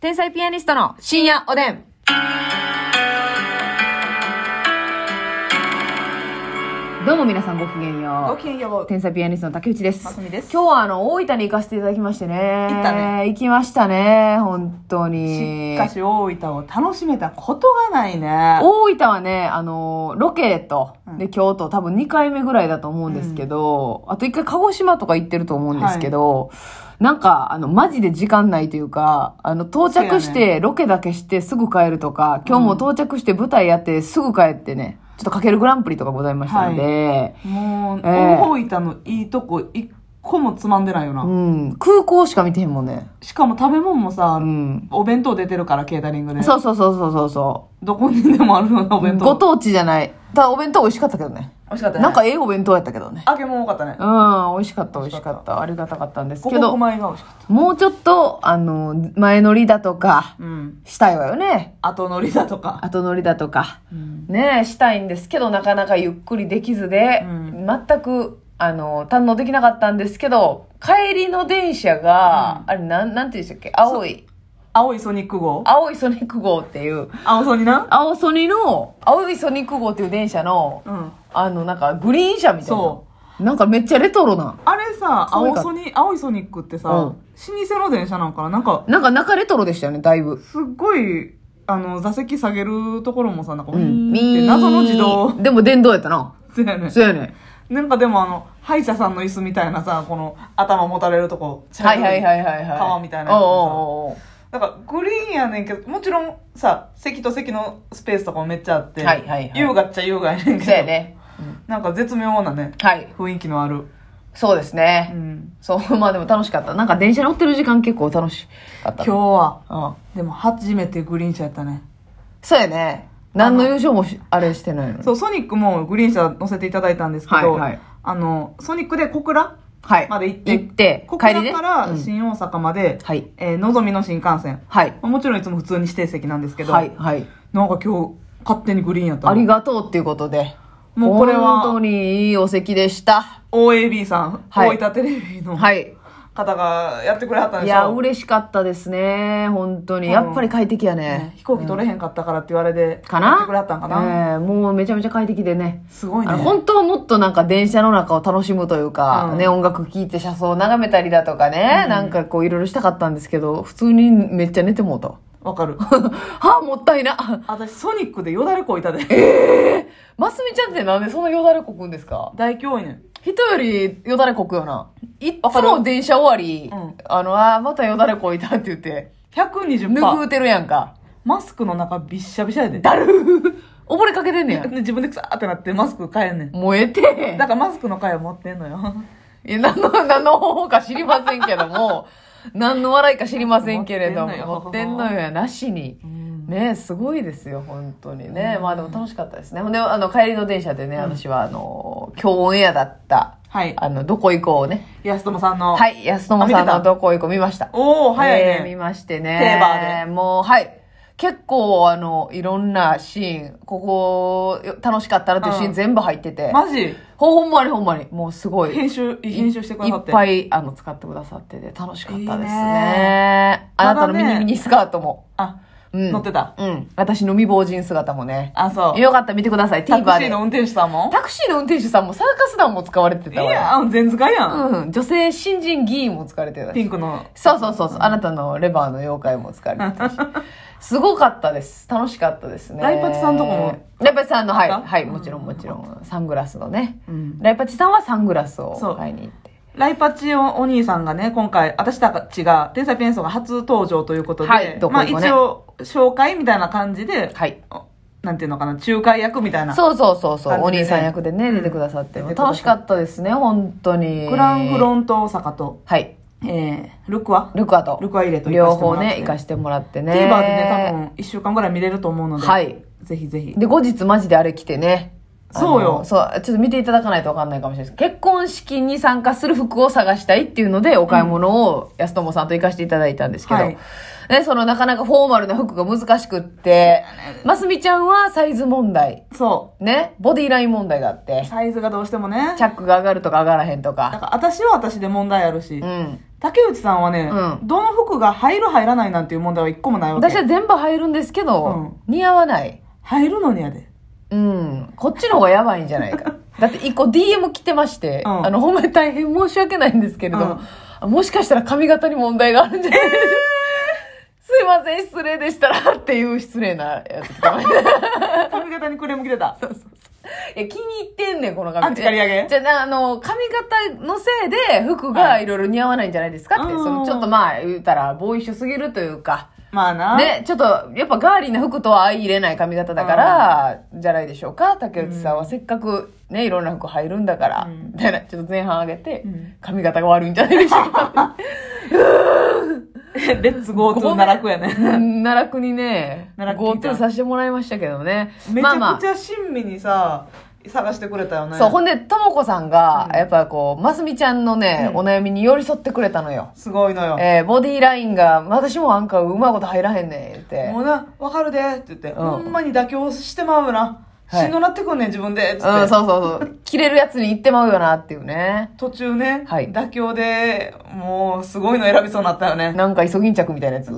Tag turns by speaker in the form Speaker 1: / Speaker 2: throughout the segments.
Speaker 1: 天才ピアニストの深夜おでん。どうも皆さんごきげんよ
Speaker 2: ご
Speaker 1: う。
Speaker 2: きげんよう。
Speaker 1: 天才ピアニストの竹内です。
Speaker 2: ますみです
Speaker 1: 今日はあの、大分に行かせていただきましてね。行
Speaker 2: ったね。
Speaker 1: 行きましたね、本当に。
Speaker 2: しかし大分を楽しめたことがないね。
Speaker 1: 大分はね、あのーロケと、で、京都、多分2回目ぐらいだと思うんですけど、あと1回鹿児島とか行ってると思うんですけど、なんか、あの、マジで時間ないというか、あの、到着し
Speaker 2: そう
Speaker 1: て、ロケだけしてすぐ帰るとか、今日も到着して舞台やってすぐ帰ってね、ちょっとかけるグランプリとかございましたので、
Speaker 2: もう、
Speaker 1: ええ
Speaker 2: 大分のいいとこ一個もつまんでないよな。
Speaker 1: うん、空港しか見てへんもんね。
Speaker 2: しかも食べ物もさ、
Speaker 1: うん。
Speaker 2: お弁当出てるから、ケータリングで。
Speaker 1: そうそうそうそうそうそ
Speaker 2: どこにでもあるようなお
Speaker 1: う。
Speaker 2: 弁当。
Speaker 1: ご当地じゃない。ただお弁当美味しかったけどね。
Speaker 2: 美味しかったね。
Speaker 1: なんか、ええお弁当やったけどね。
Speaker 2: 揚げ物多かったね。
Speaker 1: うん、美味しかった、美味しかった。ありがたかったんです
Speaker 2: 五
Speaker 1: けど
Speaker 2: 穀、米が美味しかっ
Speaker 1: もうちょっと、あの、前乗りだとか、
Speaker 2: た。うん。
Speaker 1: したいわよね。
Speaker 2: 後乗りだとか。
Speaker 1: 後乗りだとか。
Speaker 2: うん。
Speaker 1: ねえ、したいんですけど、なかなかゆっくりできずで、
Speaker 2: うん
Speaker 1: 全く、あの、堪能できなかったんですけど、帰りの電車が、あれ、なん、なんて言うんでしたっけ青い、
Speaker 2: 青いソニック号。
Speaker 1: 青いソニック号っていう、
Speaker 2: 青ソニな。
Speaker 1: 青ソニの、青いソニック号っていう電車の、
Speaker 2: うん。
Speaker 1: あの、なんか、グリーン車みたいな
Speaker 2: そ。
Speaker 1: なんかめっちゃレトロな。
Speaker 2: あれさ、
Speaker 1: 可愛
Speaker 2: 青
Speaker 1: かった
Speaker 2: ソニ、青いソニックってさ、
Speaker 1: うん
Speaker 2: 老舗の電車なんかななんか、
Speaker 1: なんか中レトロでしたよね、だいぶ。
Speaker 2: すっごい、あの、座席下げるところもさ、なんか、ウィ
Speaker 1: うん。
Speaker 2: ーンって謎の自動。
Speaker 1: でも電動やったな。
Speaker 2: そうやね。
Speaker 1: そうやね。
Speaker 2: なんかでもあの、歯医者さんの椅子みたいなさ、この頭持たれるとこ、。
Speaker 1: はいはいはいいはいはい。
Speaker 2: 川みたいなや
Speaker 1: お
Speaker 2: つで
Speaker 1: う
Speaker 2: さ
Speaker 1: おうおう
Speaker 2: なんかグリーンやねんけど、もちろんさ、席と席のスペースとかもめっちゃあって、
Speaker 1: はいはいはい
Speaker 2: 優雅っちゃ優雅やねんけど、
Speaker 1: そうやね。うん
Speaker 2: なんか絶妙なね、
Speaker 1: はい。
Speaker 2: 雰囲気のある。
Speaker 1: そうです
Speaker 2: う
Speaker 1: ね。
Speaker 2: ん。
Speaker 1: そう、 まあでも楽しかった。なんか電車乗ってる時間結構楽しかった。
Speaker 2: 今日は、
Speaker 1: うん。
Speaker 2: でも初めてグリーン車やったね。
Speaker 1: そうやね。何の優勝もしあれしてないのに。
Speaker 2: そう、ソニックもグリーン車乗せていただいたんですけど、
Speaker 1: はいはい
Speaker 2: あの、ソニックで小倉
Speaker 1: はい。
Speaker 2: まで行って、
Speaker 1: 行って
Speaker 2: 小
Speaker 1: 帰りね
Speaker 2: 倉から
Speaker 1: うん
Speaker 2: 新大阪まで、
Speaker 1: はい。
Speaker 2: えーのぞみの新幹線。
Speaker 1: はい。
Speaker 2: まあもちろんいつも普通に指定席なんですけど、
Speaker 1: はい。はい。
Speaker 2: なんか今日、勝手にグリーンやったの
Speaker 1: ありがとうっていうことで。
Speaker 2: もうこれは
Speaker 1: 本当にいいお席でした。
Speaker 2: OAB さん、
Speaker 1: はい
Speaker 2: 大分テレビの
Speaker 1: はい。
Speaker 2: 方がやってくれはったん
Speaker 1: い
Speaker 2: ですよ。
Speaker 1: や、嬉しかったですね。本当に。やっぱり快適やね
Speaker 2: ね。飛行機取れへんかったからって言われて、
Speaker 1: か
Speaker 2: や
Speaker 1: な
Speaker 2: ってくれはったんかな。
Speaker 1: ええもうめちゃめちゃ快適でね。
Speaker 2: すごいね
Speaker 1: あの。本当はもっとなんか電車の中を楽しむというか、
Speaker 2: うん
Speaker 1: ね、音楽聴いて車窓を眺めたりだとかね、なんかこういろいろしたかったんですけど、普通にめっちゃ寝てもうた。
Speaker 2: わかる。
Speaker 1: はあ、もったいな。
Speaker 2: 私、ソニックでよだれこいたで。
Speaker 1: ますみちゃんってなんでそんなよだれこくんですか
Speaker 2: 大凶いねん。
Speaker 1: 人よりよだれこくよな。いっ
Speaker 2: わ
Speaker 1: つ
Speaker 2: か
Speaker 1: も
Speaker 2: る
Speaker 1: 電車終わり、
Speaker 2: うん
Speaker 1: あの、あーまたよだれこいたって言って、拭
Speaker 2: 120%。
Speaker 1: うてるやんか。
Speaker 2: マスクの中びっしゃびしゃやで。
Speaker 1: だるー溺れかけてんねや
Speaker 2: で。自分でくさーってなってマスク変えんねん。
Speaker 1: 燃えて。
Speaker 2: だからマスクの回を持ってんのよ。
Speaker 1: いや、何の、何の方法か知りませんけど も、何の笑いか知りませんけれども、
Speaker 2: 持
Speaker 1: 持っ
Speaker 2: ってて
Speaker 1: ん
Speaker 2: ん
Speaker 1: の
Speaker 2: の
Speaker 1: よやなしに。
Speaker 2: ね
Speaker 1: ねすごいですよ、本当にね。
Speaker 2: うん
Speaker 1: まあでも楽しかったですね。ほんで、あの、帰りの電車でね、私は、あの、今日オンエアだった、
Speaker 2: はい。
Speaker 1: あの、どこ行こうをね。
Speaker 2: 安友さんの。。
Speaker 1: はいい、安友さん
Speaker 2: あ見
Speaker 1: の
Speaker 2: てた
Speaker 1: どこ行こう見ました。
Speaker 2: おー、早
Speaker 1: え
Speaker 2: い
Speaker 1: ー見
Speaker 2: ね。
Speaker 1: ましてね。
Speaker 2: テーマ
Speaker 1: もう、はい。結構、あの、いろんなシーン、ここ、楽しかったなっていうシー
Speaker 2: う
Speaker 1: ン
Speaker 2: ん
Speaker 1: 全部入ってて。
Speaker 2: マジ
Speaker 1: ほんまにほんまに。もうすごい。
Speaker 2: 編集、いい編集してくださって。
Speaker 1: いっぱいあの使ってくださってて楽しかったですね
Speaker 2: いいね
Speaker 1: あなたの
Speaker 2: ま
Speaker 1: ミ
Speaker 2: だね
Speaker 1: ニミニスカートも、
Speaker 2: あ、
Speaker 1: うん、
Speaker 2: 乗ってた。
Speaker 1: うん私の未亡人姿もね
Speaker 2: あ、そう。
Speaker 1: よかったら見てください
Speaker 2: タ
Speaker 1: TVer
Speaker 2: クシー
Speaker 1: で
Speaker 2: の運転手さんも
Speaker 1: タクシーの運転手さんもサーカス団も使われて
Speaker 2: い
Speaker 1: たわよ
Speaker 2: や、あ全使いやん。
Speaker 1: うん、女性新人議員も使われてた
Speaker 2: ピ
Speaker 1: し
Speaker 2: ンクの。
Speaker 1: そうそうそうそうあなたのレバーの妖怪も使われてた しすごかったです楽しかったですね
Speaker 2: ライパチさんとこも
Speaker 1: ライパチさんのはい、
Speaker 2: あった
Speaker 1: はい、もちろんもちろんサングラスのね
Speaker 2: うん
Speaker 1: ライパチさんはサングラス
Speaker 2: そ
Speaker 1: を
Speaker 2: う
Speaker 1: 買いに行って
Speaker 2: ライパチオお兄さんがね、今回、私たちが、天才ピアニストが初登場ということで、
Speaker 1: はいどこ
Speaker 2: まあ
Speaker 1: 行こ
Speaker 2: 一
Speaker 1: うね
Speaker 2: 応、紹介みたいな感じで、
Speaker 1: はい
Speaker 2: おなんていうのかな、仲介役みたいな。
Speaker 1: そうそうそうそう、
Speaker 2: 感じでね
Speaker 1: お兄さん役でね
Speaker 2: うん
Speaker 1: 出てくださって、
Speaker 2: 出てくださ
Speaker 1: 楽しかったですね本当に
Speaker 2: グランフ
Speaker 1: ン
Speaker 2: ロント大阪と、
Speaker 1: はい
Speaker 2: えー、ルクア
Speaker 1: ルクアと
Speaker 2: ルクア入れと行
Speaker 1: 両
Speaker 2: かせても
Speaker 1: 方
Speaker 2: らって
Speaker 1: ね行かしてもらってね
Speaker 2: TVer でね、多分1週間ぐらい見れると思うので、
Speaker 1: はい
Speaker 2: ぜひぜひ。
Speaker 1: で後日マジであれ来てねあの
Speaker 2: そうよ
Speaker 1: そうちょっと見ていただかないと分かんないかもしれないです結婚式に参加する服を探したいっていうのでお買い物を安友さんと行かせていただいたんですけど、
Speaker 2: はい
Speaker 1: ね、そのなかなかフォーマルな服が難しくってますみちゃんはサイズ問題
Speaker 2: そ
Speaker 1: ねボディライン問題があって
Speaker 2: う。サイズがどうしてもね。
Speaker 1: チャックが上がるとか上がらへんと
Speaker 2: だ
Speaker 1: か
Speaker 2: から私は私で問題あるし、
Speaker 1: うん
Speaker 2: 竹内さんはね、
Speaker 1: う
Speaker 2: どの服が入る入らないなんていう問題は一個もないわけ。
Speaker 1: 私は全部入るんですけど、似合わない。
Speaker 2: 入るのにやで。
Speaker 1: うん。こっちの方がやばいんじゃない か。だって一個 DM 来てまして、
Speaker 2: うん
Speaker 1: あの、ほんまに大変申し訳ないんですけれども、もしかしたら髪型に問題があるんじゃないでしょうか。すいません、失礼でしたらっていう失礼なやつ来て ました。
Speaker 2: 髪型にクレーム来てた。
Speaker 1: いや、気に入ってんねん、この
Speaker 2: ア
Speaker 1: 髪
Speaker 2: ンチ刈り上げ
Speaker 1: じゃあな、あの、髪型のせいで服がいろいろ似合わないんじゃないですかって、
Speaker 2: うん
Speaker 1: その、ちょっとまあ、言うたら、ボーイッシュすぎるというか、
Speaker 2: まあな。
Speaker 1: ね、ちょっと、やっぱガーリーな服とは相入れない髪型だから、じゃないでしょうか竹内さんはせっかくね、いろんな服入るんだから、
Speaker 2: うん
Speaker 1: みたいな、ちょっと前半上げて、
Speaker 2: うん
Speaker 1: 髪型が悪いんじゃないでしょう か。
Speaker 2: レッツゴートゥ奈落やね。
Speaker 1: うん奈落にね、
Speaker 2: 奈落聞いた
Speaker 1: GoTo させてもらいましたけどね。
Speaker 2: めち
Speaker 1: まあま
Speaker 2: ゃ
Speaker 1: あ
Speaker 2: くちゃ親身にさ、探してくれたよね。
Speaker 1: そう、ほんで、ともこさんが、
Speaker 2: うん
Speaker 1: やっぱこう、ますみちゃんのね、
Speaker 2: うん
Speaker 1: お悩みに寄り添ってくれたのよ。
Speaker 2: すごいのよ。
Speaker 1: えーボディラインが、私もなんかうまいこと入らへんねん、って
Speaker 2: も。うな、わかるでって言って、
Speaker 1: ん
Speaker 2: ほんまに妥協してまうな。
Speaker 1: はい
Speaker 2: しんどなってくんねん、自分で。って
Speaker 1: うん、
Speaker 2: 言
Speaker 1: そう
Speaker 2: って。
Speaker 1: そうそう。切れるやつに行ってまうよな、っていうね。
Speaker 2: 途中ね、
Speaker 1: はい
Speaker 2: 妥協で、もう、すごいの選びそうになったよね。
Speaker 1: なんか、イソギンチャクみた いなやつ。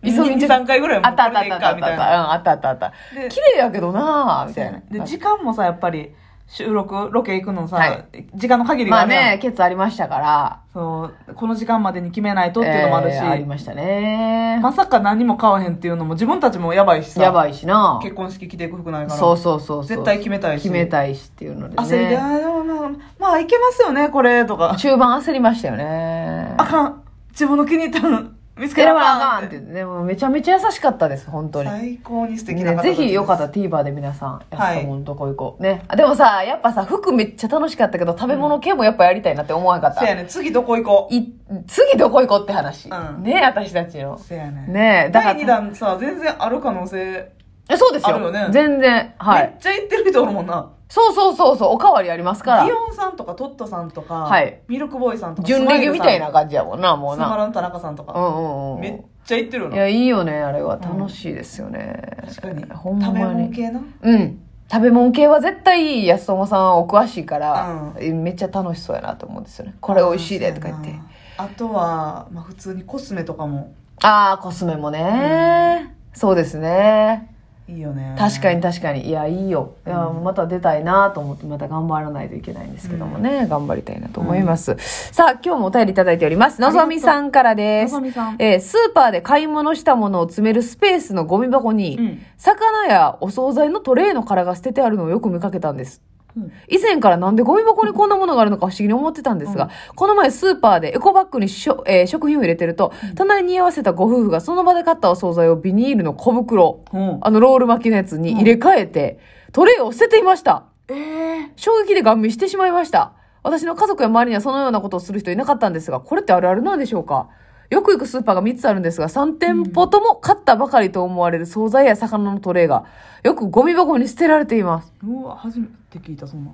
Speaker 1: イソギンチ
Speaker 2: 2、
Speaker 1: ャク。
Speaker 2: 3回ぐらいも
Speaker 1: あ
Speaker 2: う
Speaker 1: ったあ
Speaker 2: こ
Speaker 1: った
Speaker 2: れ
Speaker 1: あっ
Speaker 2: でい
Speaker 1: たあったあ
Speaker 2: っか、
Speaker 1: っ
Speaker 2: み
Speaker 1: た。
Speaker 2: た
Speaker 1: う
Speaker 2: い
Speaker 1: ん、
Speaker 2: な。
Speaker 1: あったあったあった
Speaker 2: で。
Speaker 1: 綺麗やけどなぁ、みたいな。
Speaker 2: で、時間もさ、やっぱり、収録、ロケ行くのさ、
Speaker 1: はい
Speaker 2: 時間の限りが
Speaker 1: ま
Speaker 2: あ
Speaker 1: あ
Speaker 2: るやん、
Speaker 1: ね、ケツありましたから。
Speaker 2: そう、この時間までに決めないとっていうのもあるし、
Speaker 1: えーありましたね。
Speaker 2: まさか何も買わへんっていうのも自分たちもやばいしさ、
Speaker 1: やばいしな
Speaker 2: 結婚式着ていく服ないから、
Speaker 1: そうそうそうそう。
Speaker 2: 絶対決めたいし
Speaker 1: 決めたいしっていうのでね。
Speaker 2: 焦りで、あでもまあ、まあ、いけますよね、これ、とか。
Speaker 1: 中盤焦りましたよね
Speaker 2: あ。かん。自分の気に入ったの見つけ
Speaker 1: 選ば
Speaker 2: なあ
Speaker 1: なあ
Speaker 2: か
Speaker 1: かん
Speaker 2: んっ。
Speaker 1: っててね、もうめちゃめちゃ優しかったです、本当に。
Speaker 2: 最高に素敵な
Speaker 1: ね
Speaker 2: 方、
Speaker 1: ぜひよかった
Speaker 2: で
Speaker 1: ら TVer で皆さん、
Speaker 2: は
Speaker 1: 安
Speaker 2: い
Speaker 1: 田もんとこ行こう。ね。あでもさ、やっぱさ、服めっちゃ楽しかったけど、食べ物系もやっぱやりたいなって思わなかっ
Speaker 2: す。せや
Speaker 1: た。
Speaker 2: ね、次どこ行こ
Speaker 1: い次どこ行こうって話。
Speaker 2: うん
Speaker 1: ね私たちの
Speaker 2: う。。せやね。
Speaker 1: ねだから
Speaker 2: 第2弾さ、全然ある可能性、
Speaker 1: えそうです
Speaker 2: ある
Speaker 1: よ。
Speaker 2: よね
Speaker 1: 全然。は
Speaker 2: め
Speaker 1: い。
Speaker 2: っちゃ行ってる人おるもんな。
Speaker 1: そうそうそうそう、おかわりありますから
Speaker 2: ギ。オンさんとかトットさんとか、
Speaker 1: はい
Speaker 2: ミルクボーイさんとか、
Speaker 1: 純レギュみたい
Speaker 2: ス
Speaker 1: な感じやもんな、もう
Speaker 2: マ
Speaker 1: な。
Speaker 2: ラの田中さんと
Speaker 1: う
Speaker 2: か、
Speaker 1: んうんうん。
Speaker 2: めっちゃ行ってるよ
Speaker 1: い
Speaker 2: な。
Speaker 1: や、いいよね、あれは。楽しいですよね。
Speaker 2: 確かに。
Speaker 1: ほんま
Speaker 2: 食べ
Speaker 1: に
Speaker 2: 物。系な。
Speaker 1: うん。食べ物系は絶対安友さんお詳しいから、
Speaker 2: う
Speaker 1: えめっちゃ楽しそうやなと思うんですよね。これ美味しいでとか言って
Speaker 2: そうや。な。あとは、まあ普通にコスメとかも
Speaker 1: ああ、コスメもね。そうですね。
Speaker 2: いいよね。
Speaker 1: 確か
Speaker 2: に。
Speaker 1: に確かに。いや、いいよ。いや、また出たいなと思って、また頑張らないといけないんですけどもね。頑張りたいなと思います。さあ、今日もお便りいただいております。のぞみさんからで
Speaker 2: の
Speaker 1: す
Speaker 2: ぞ。みさん。
Speaker 1: えースーパーで買い物したものを詰めるスペースのゴミ箱に、
Speaker 2: うん
Speaker 1: 魚やお惣菜のトレイの殻が捨ててあるのをよく見かけたんです。
Speaker 2: うん
Speaker 1: 以前からなんでゴミ箱にこんなものがあるのか不思議に思ってたんですが、この前スーパーでエコバッグにしょ、えー食品を入れてると、隣に居合わせたご夫婦がその場で買ったお惣菜をビニールの小袋、
Speaker 2: うん。
Speaker 1: あのロール巻きのやつに入れ替えて、トレイを捨てていました。
Speaker 2: ええ
Speaker 1: 衝撃でガン見してしまいました。私の家族や周りにはそのようなことをする人いなかったんですが、これってあるあるなんでしょうかよく行くスーパーが3つあるんですが、3店舗とも買ったばかりと思われる惣菜や魚のトレイが、よくゴミ箱に捨てられています。
Speaker 2: うわ、初めて聞いた、そんな。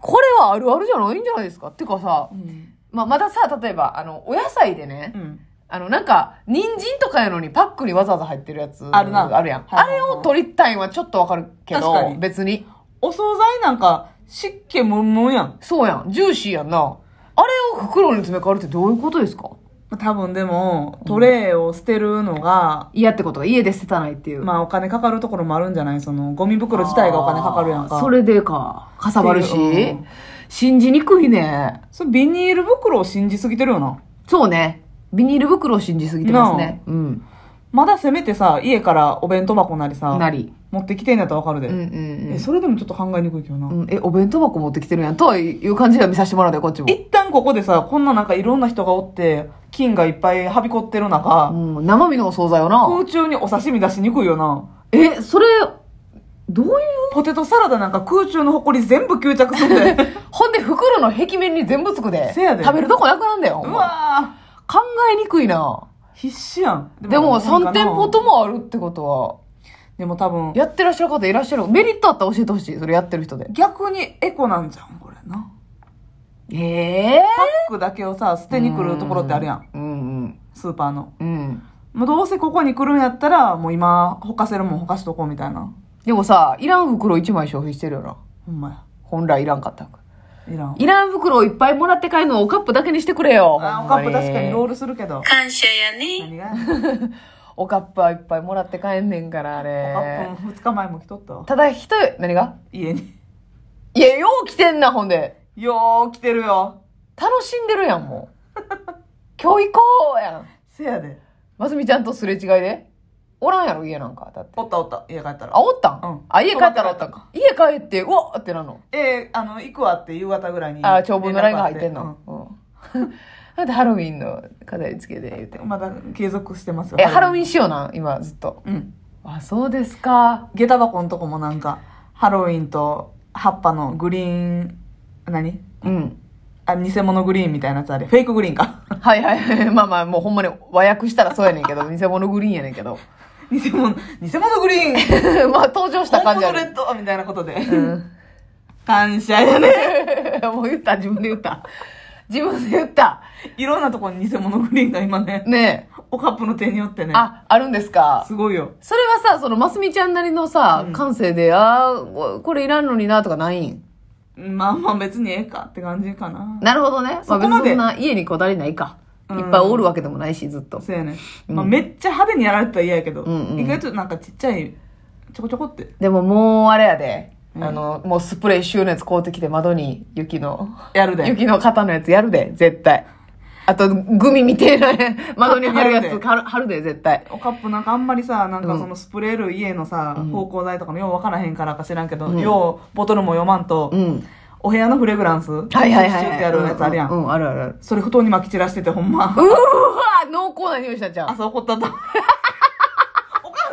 Speaker 1: これはあるあるじゃないんじゃないですかっていうかさ、
Speaker 2: ん。
Speaker 1: まあ、まださ、例えば、あの、お野菜でね、
Speaker 2: うん。
Speaker 1: あの、なんか、人参とかやのにパックにわざわざ入ってるやつ。
Speaker 2: あるな
Speaker 1: あるやん。
Speaker 2: はい
Speaker 1: あ
Speaker 2: はいはい
Speaker 1: れを取りたいんはちょっとわかるけ
Speaker 2: 確か
Speaker 1: ど、
Speaker 2: に
Speaker 1: 別に。
Speaker 2: お惣菜なんか、湿気もんもんやん。
Speaker 1: そうやん。ジューシーやんな。あれを袋に詰め替えるってどういうことですか
Speaker 2: 多分でも、トレーを捨てるのが、
Speaker 1: 嫌ってことが家で捨てたないっていう。
Speaker 2: まあお金かかるところもあるんじゃないその、ゴミ袋自体がお金かかるやん
Speaker 1: あ
Speaker 2: か。
Speaker 1: ーそ。れでか。かさばるし
Speaker 2: っていううん。
Speaker 1: 信じにくいね。
Speaker 2: それビニール袋を信じすぎてるよな。
Speaker 1: そうね。ビニール袋を信じすぎてますね。うん。
Speaker 2: まだせめてさ、家からお弁当箱なりさ、
Speaker 1: なり。
Speaker 2: 持ってきてんやったらわかるで。
Speaker 1: うんうん
Speaker 2: え、それでもちょっと考えにくいけどな。
Speaker 1: うんうん。え、お弁当箱持ってきてるんやん。とはいう感じでは見させてもらうで、こっちも。
Speaker 2: 一旦ここでさ、こんななんかいろんな人がおって、菌がいっぱいはびこってる中、
Speaker 1: うん。生身のお惣菜よな。
Speaker 2: 空中にお刺身出しにくいよな。
Speaker 1: え、それ、どういう
Speaker 2: ポテトサラダなんか空中の埃全部吸着する んで。
Speaker 1: ほんで袋の壁面に全部つくで。
Speaker 2: せやで
Speaker 1: 食べるとこなくなんだよ。ほ
Speaker 2: うん
Speaker 1: ま
Speaker 2: わ
Speaker 1: 考えにくいな。
Speaker 2: ー必死やん。
Speaker 1: でも
Speaker 2: なん
Speaker 1: 3
Speaker 2: かな
Speaker 1: 店舗ともあるってことは、
Speaker 2: でも多分、
Speaker 1: やってらっしゃる方いらっしゃる。メリットあったら教えてほしい。それやってる人で。
Speaker 2: 逆にエコなんじゃん、これな。
Speaker 1: ええ
Speaker 2: パックだけをさ、捨てに来るところってあるやん。
Speaker 1: うん
Speaker 2: スーパーの。
Speaker 1: うん。うん。
Speaker 2: もうどうせここに来るんやったら、もう今、ほかせるもんほかしとこうみたいな。
Speaker 1: でもさ、いらん袋1枚消費してるよな。
Speaker 2: ほんまや。
Speaker 1: 本来いらんかった。
Speaker 2: いらん。
Speaker 1: いらん袋をいっぱいもらって帰るのをおカップだけにしてくれよ。
Speaker 2: あ、おカップ確かにロー
Speaker 1: ル。
Speaker 2: ルするけど。
Speaker 3: 感謝やね。
Speaker 2: 何がやねんお
Speaker 1: おカップはいっぱいもらって帰んねんから、あ
Speaker 2: カッ
Speaker 1: れ。
Speaker 2: プも2日前も来とったわ。
Speaker 1: ただ一人、何が
Speaker 2: 家に。
Speaker 1: いや、よう来てんな、ほんで。
Speaker 2: よう来てるよ。
Speaker 1: 楽しんでるやん、も う。今日行こうやん。
Speaker 2: せやで。
Speaker 1: ますみちゃんとすれ違いでおらんやろ、家なんか。だって。
Speaker 2: おったおった、家帰ったら
Speaker 1: あ、。おったん、
Speaker 2: うん
Speaker 1: あ、家帰ったらおったんか。家帰って、うわーってなんの。
Speaker 2: えー、あの、行くわって夕方ぐらいに。
Speaker 1: あ、長文のラインが入ってんの。
Speaker 2: う
Speaker 1: うん。 だってハロウィンの飾り付けで言うて
Speaker 2: ん。。まだ継続してますよ。
Speaker 1: え、ハロウィ
Speaker 2: ン。
Speaker 1: ンしようなん今、ずっと。
Speaker 2: うん。
Speaker 1: あ、そうですか。
Speaker 2: 下駄箱のとこもなんか、ハロウィンと葉っぱのグリーン、何
Speaker 1: うん。
Speaker 2: あ、偽物グリーンみたいなやつあれ。フェイクグリーンか。
Speaker 1: はいはいはい。 まあまあ、もうほんまに和訳したらそうやねん けど、偽物グリーンやねんけど。
Speaker 2: 偽物、偽物グリーン
Speaker 1: まあ、登場した感
Speaker 2: 本
Speaker 1: じ
Speaker 2: 物
Speaker 1: あ
Speaker 2: レ
Speaker 1: る。
Speaker 2: ッドみたいなことで。
Speaker 1: うん。
Speaker 2: 感謝やね。
Speaker 1: もう言った、自分で言った。自分で言った。
Speaker 2: いろんなとこに偽物グリーンが今ね、
Speaker 1: ねえ。
Speaker 2: おカップの手によってね。
Speaker 1: あ、あるんですか。
Speaker 2: すごいよ。
Speaker 1: それはさ、その、ますみちゃんなりのさ、感性で、あーこれいらんのになとかないん
Speaker 2: まあまあ別にええかって感じかな。
Speaker 1: なるほどね。ま
Speaker 2: そ
Speaker 1: あ
Speaker 2: こ
Speaker 1: 別
Speaker 2: ま
Speaker 1: に
Speaker 2: で
Speaker 1: そんな家にこだわりないか。い
Speaker 2: うん
Speaker 1: っぱいおるわけでもないし、ずっと。
Speaker 2: そうやね。まあめっちゃ派手にやられてたら嫌やけど、
Speaker 1: うんうん
Speaker 2: 意外となんかちっちゃい、ちょこちょこって。
Speaker 1: でももうあれやで。
Speaker 2: うん
Speaker 1: あの、もうスプレー収熱買うてきて窓に雪の、
Speaker 2: やるで。
Speaker 1: 雪の型のやつやるで、絶対。あと、グミみてえなね窓に貼るや
Speaker 2: 貼る
Speaker 1: つ
Speaker 2: で
Speaker 1: 貼る、貼るで、絶対。
Speaker 2: おカップなんかあんまりさ、なんか
Speaker 1: うん
Speaker 2: そのスプレー類家のさ、
Speaker 1: うん
Speaker 2: 芳香剤とかのよう分からへんからか知らんけど、
Speaker 1: うん
Speaker 2: ようボトルも読まんと、
Speaker 1: うん。
Speaker 2: お部屋のフレグランス、
Speaker 1: はいはいはい
Speaker 2: シュッ
Speaker 1: は
Speaker 2: シュッ
Speaker 1: い。
Speaker 2: てやるやつあるや
Speaker 1: う
Speaker 2: ん。
Speaker 1: ん、うんうんあるあるある。
Speaker 2: それ布団に撒き散らしててほんま。
Speaker 1: うーわ濃厚な匂いしたじゃん。ちゃ
Speaker 2: 朝怒ったと。お母さん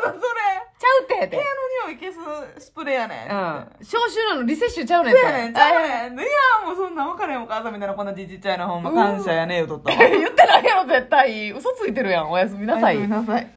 Speaker 2: それ、
Speaker 1: うてって。
Speaker 2: 部屋の匂い消すスプレーやねん。
Speaker 1: う
Speaker 2: うん
Speaker 1: ん。消臭なのリセッシュちゃうねん
Speaker 2: やねん、ちゃう
Speaker 1: ん。
Speaker 2: ねん。いや、もうそんなん分からへんお母さんみたいなこんなちっちゃいなほんま感謝やねん言うとったわ。
Speaker 1: 言ってないやろ、絶対。嘘ついてるやん。おやすみなさい
Speaker 2: おやすみ。なさい。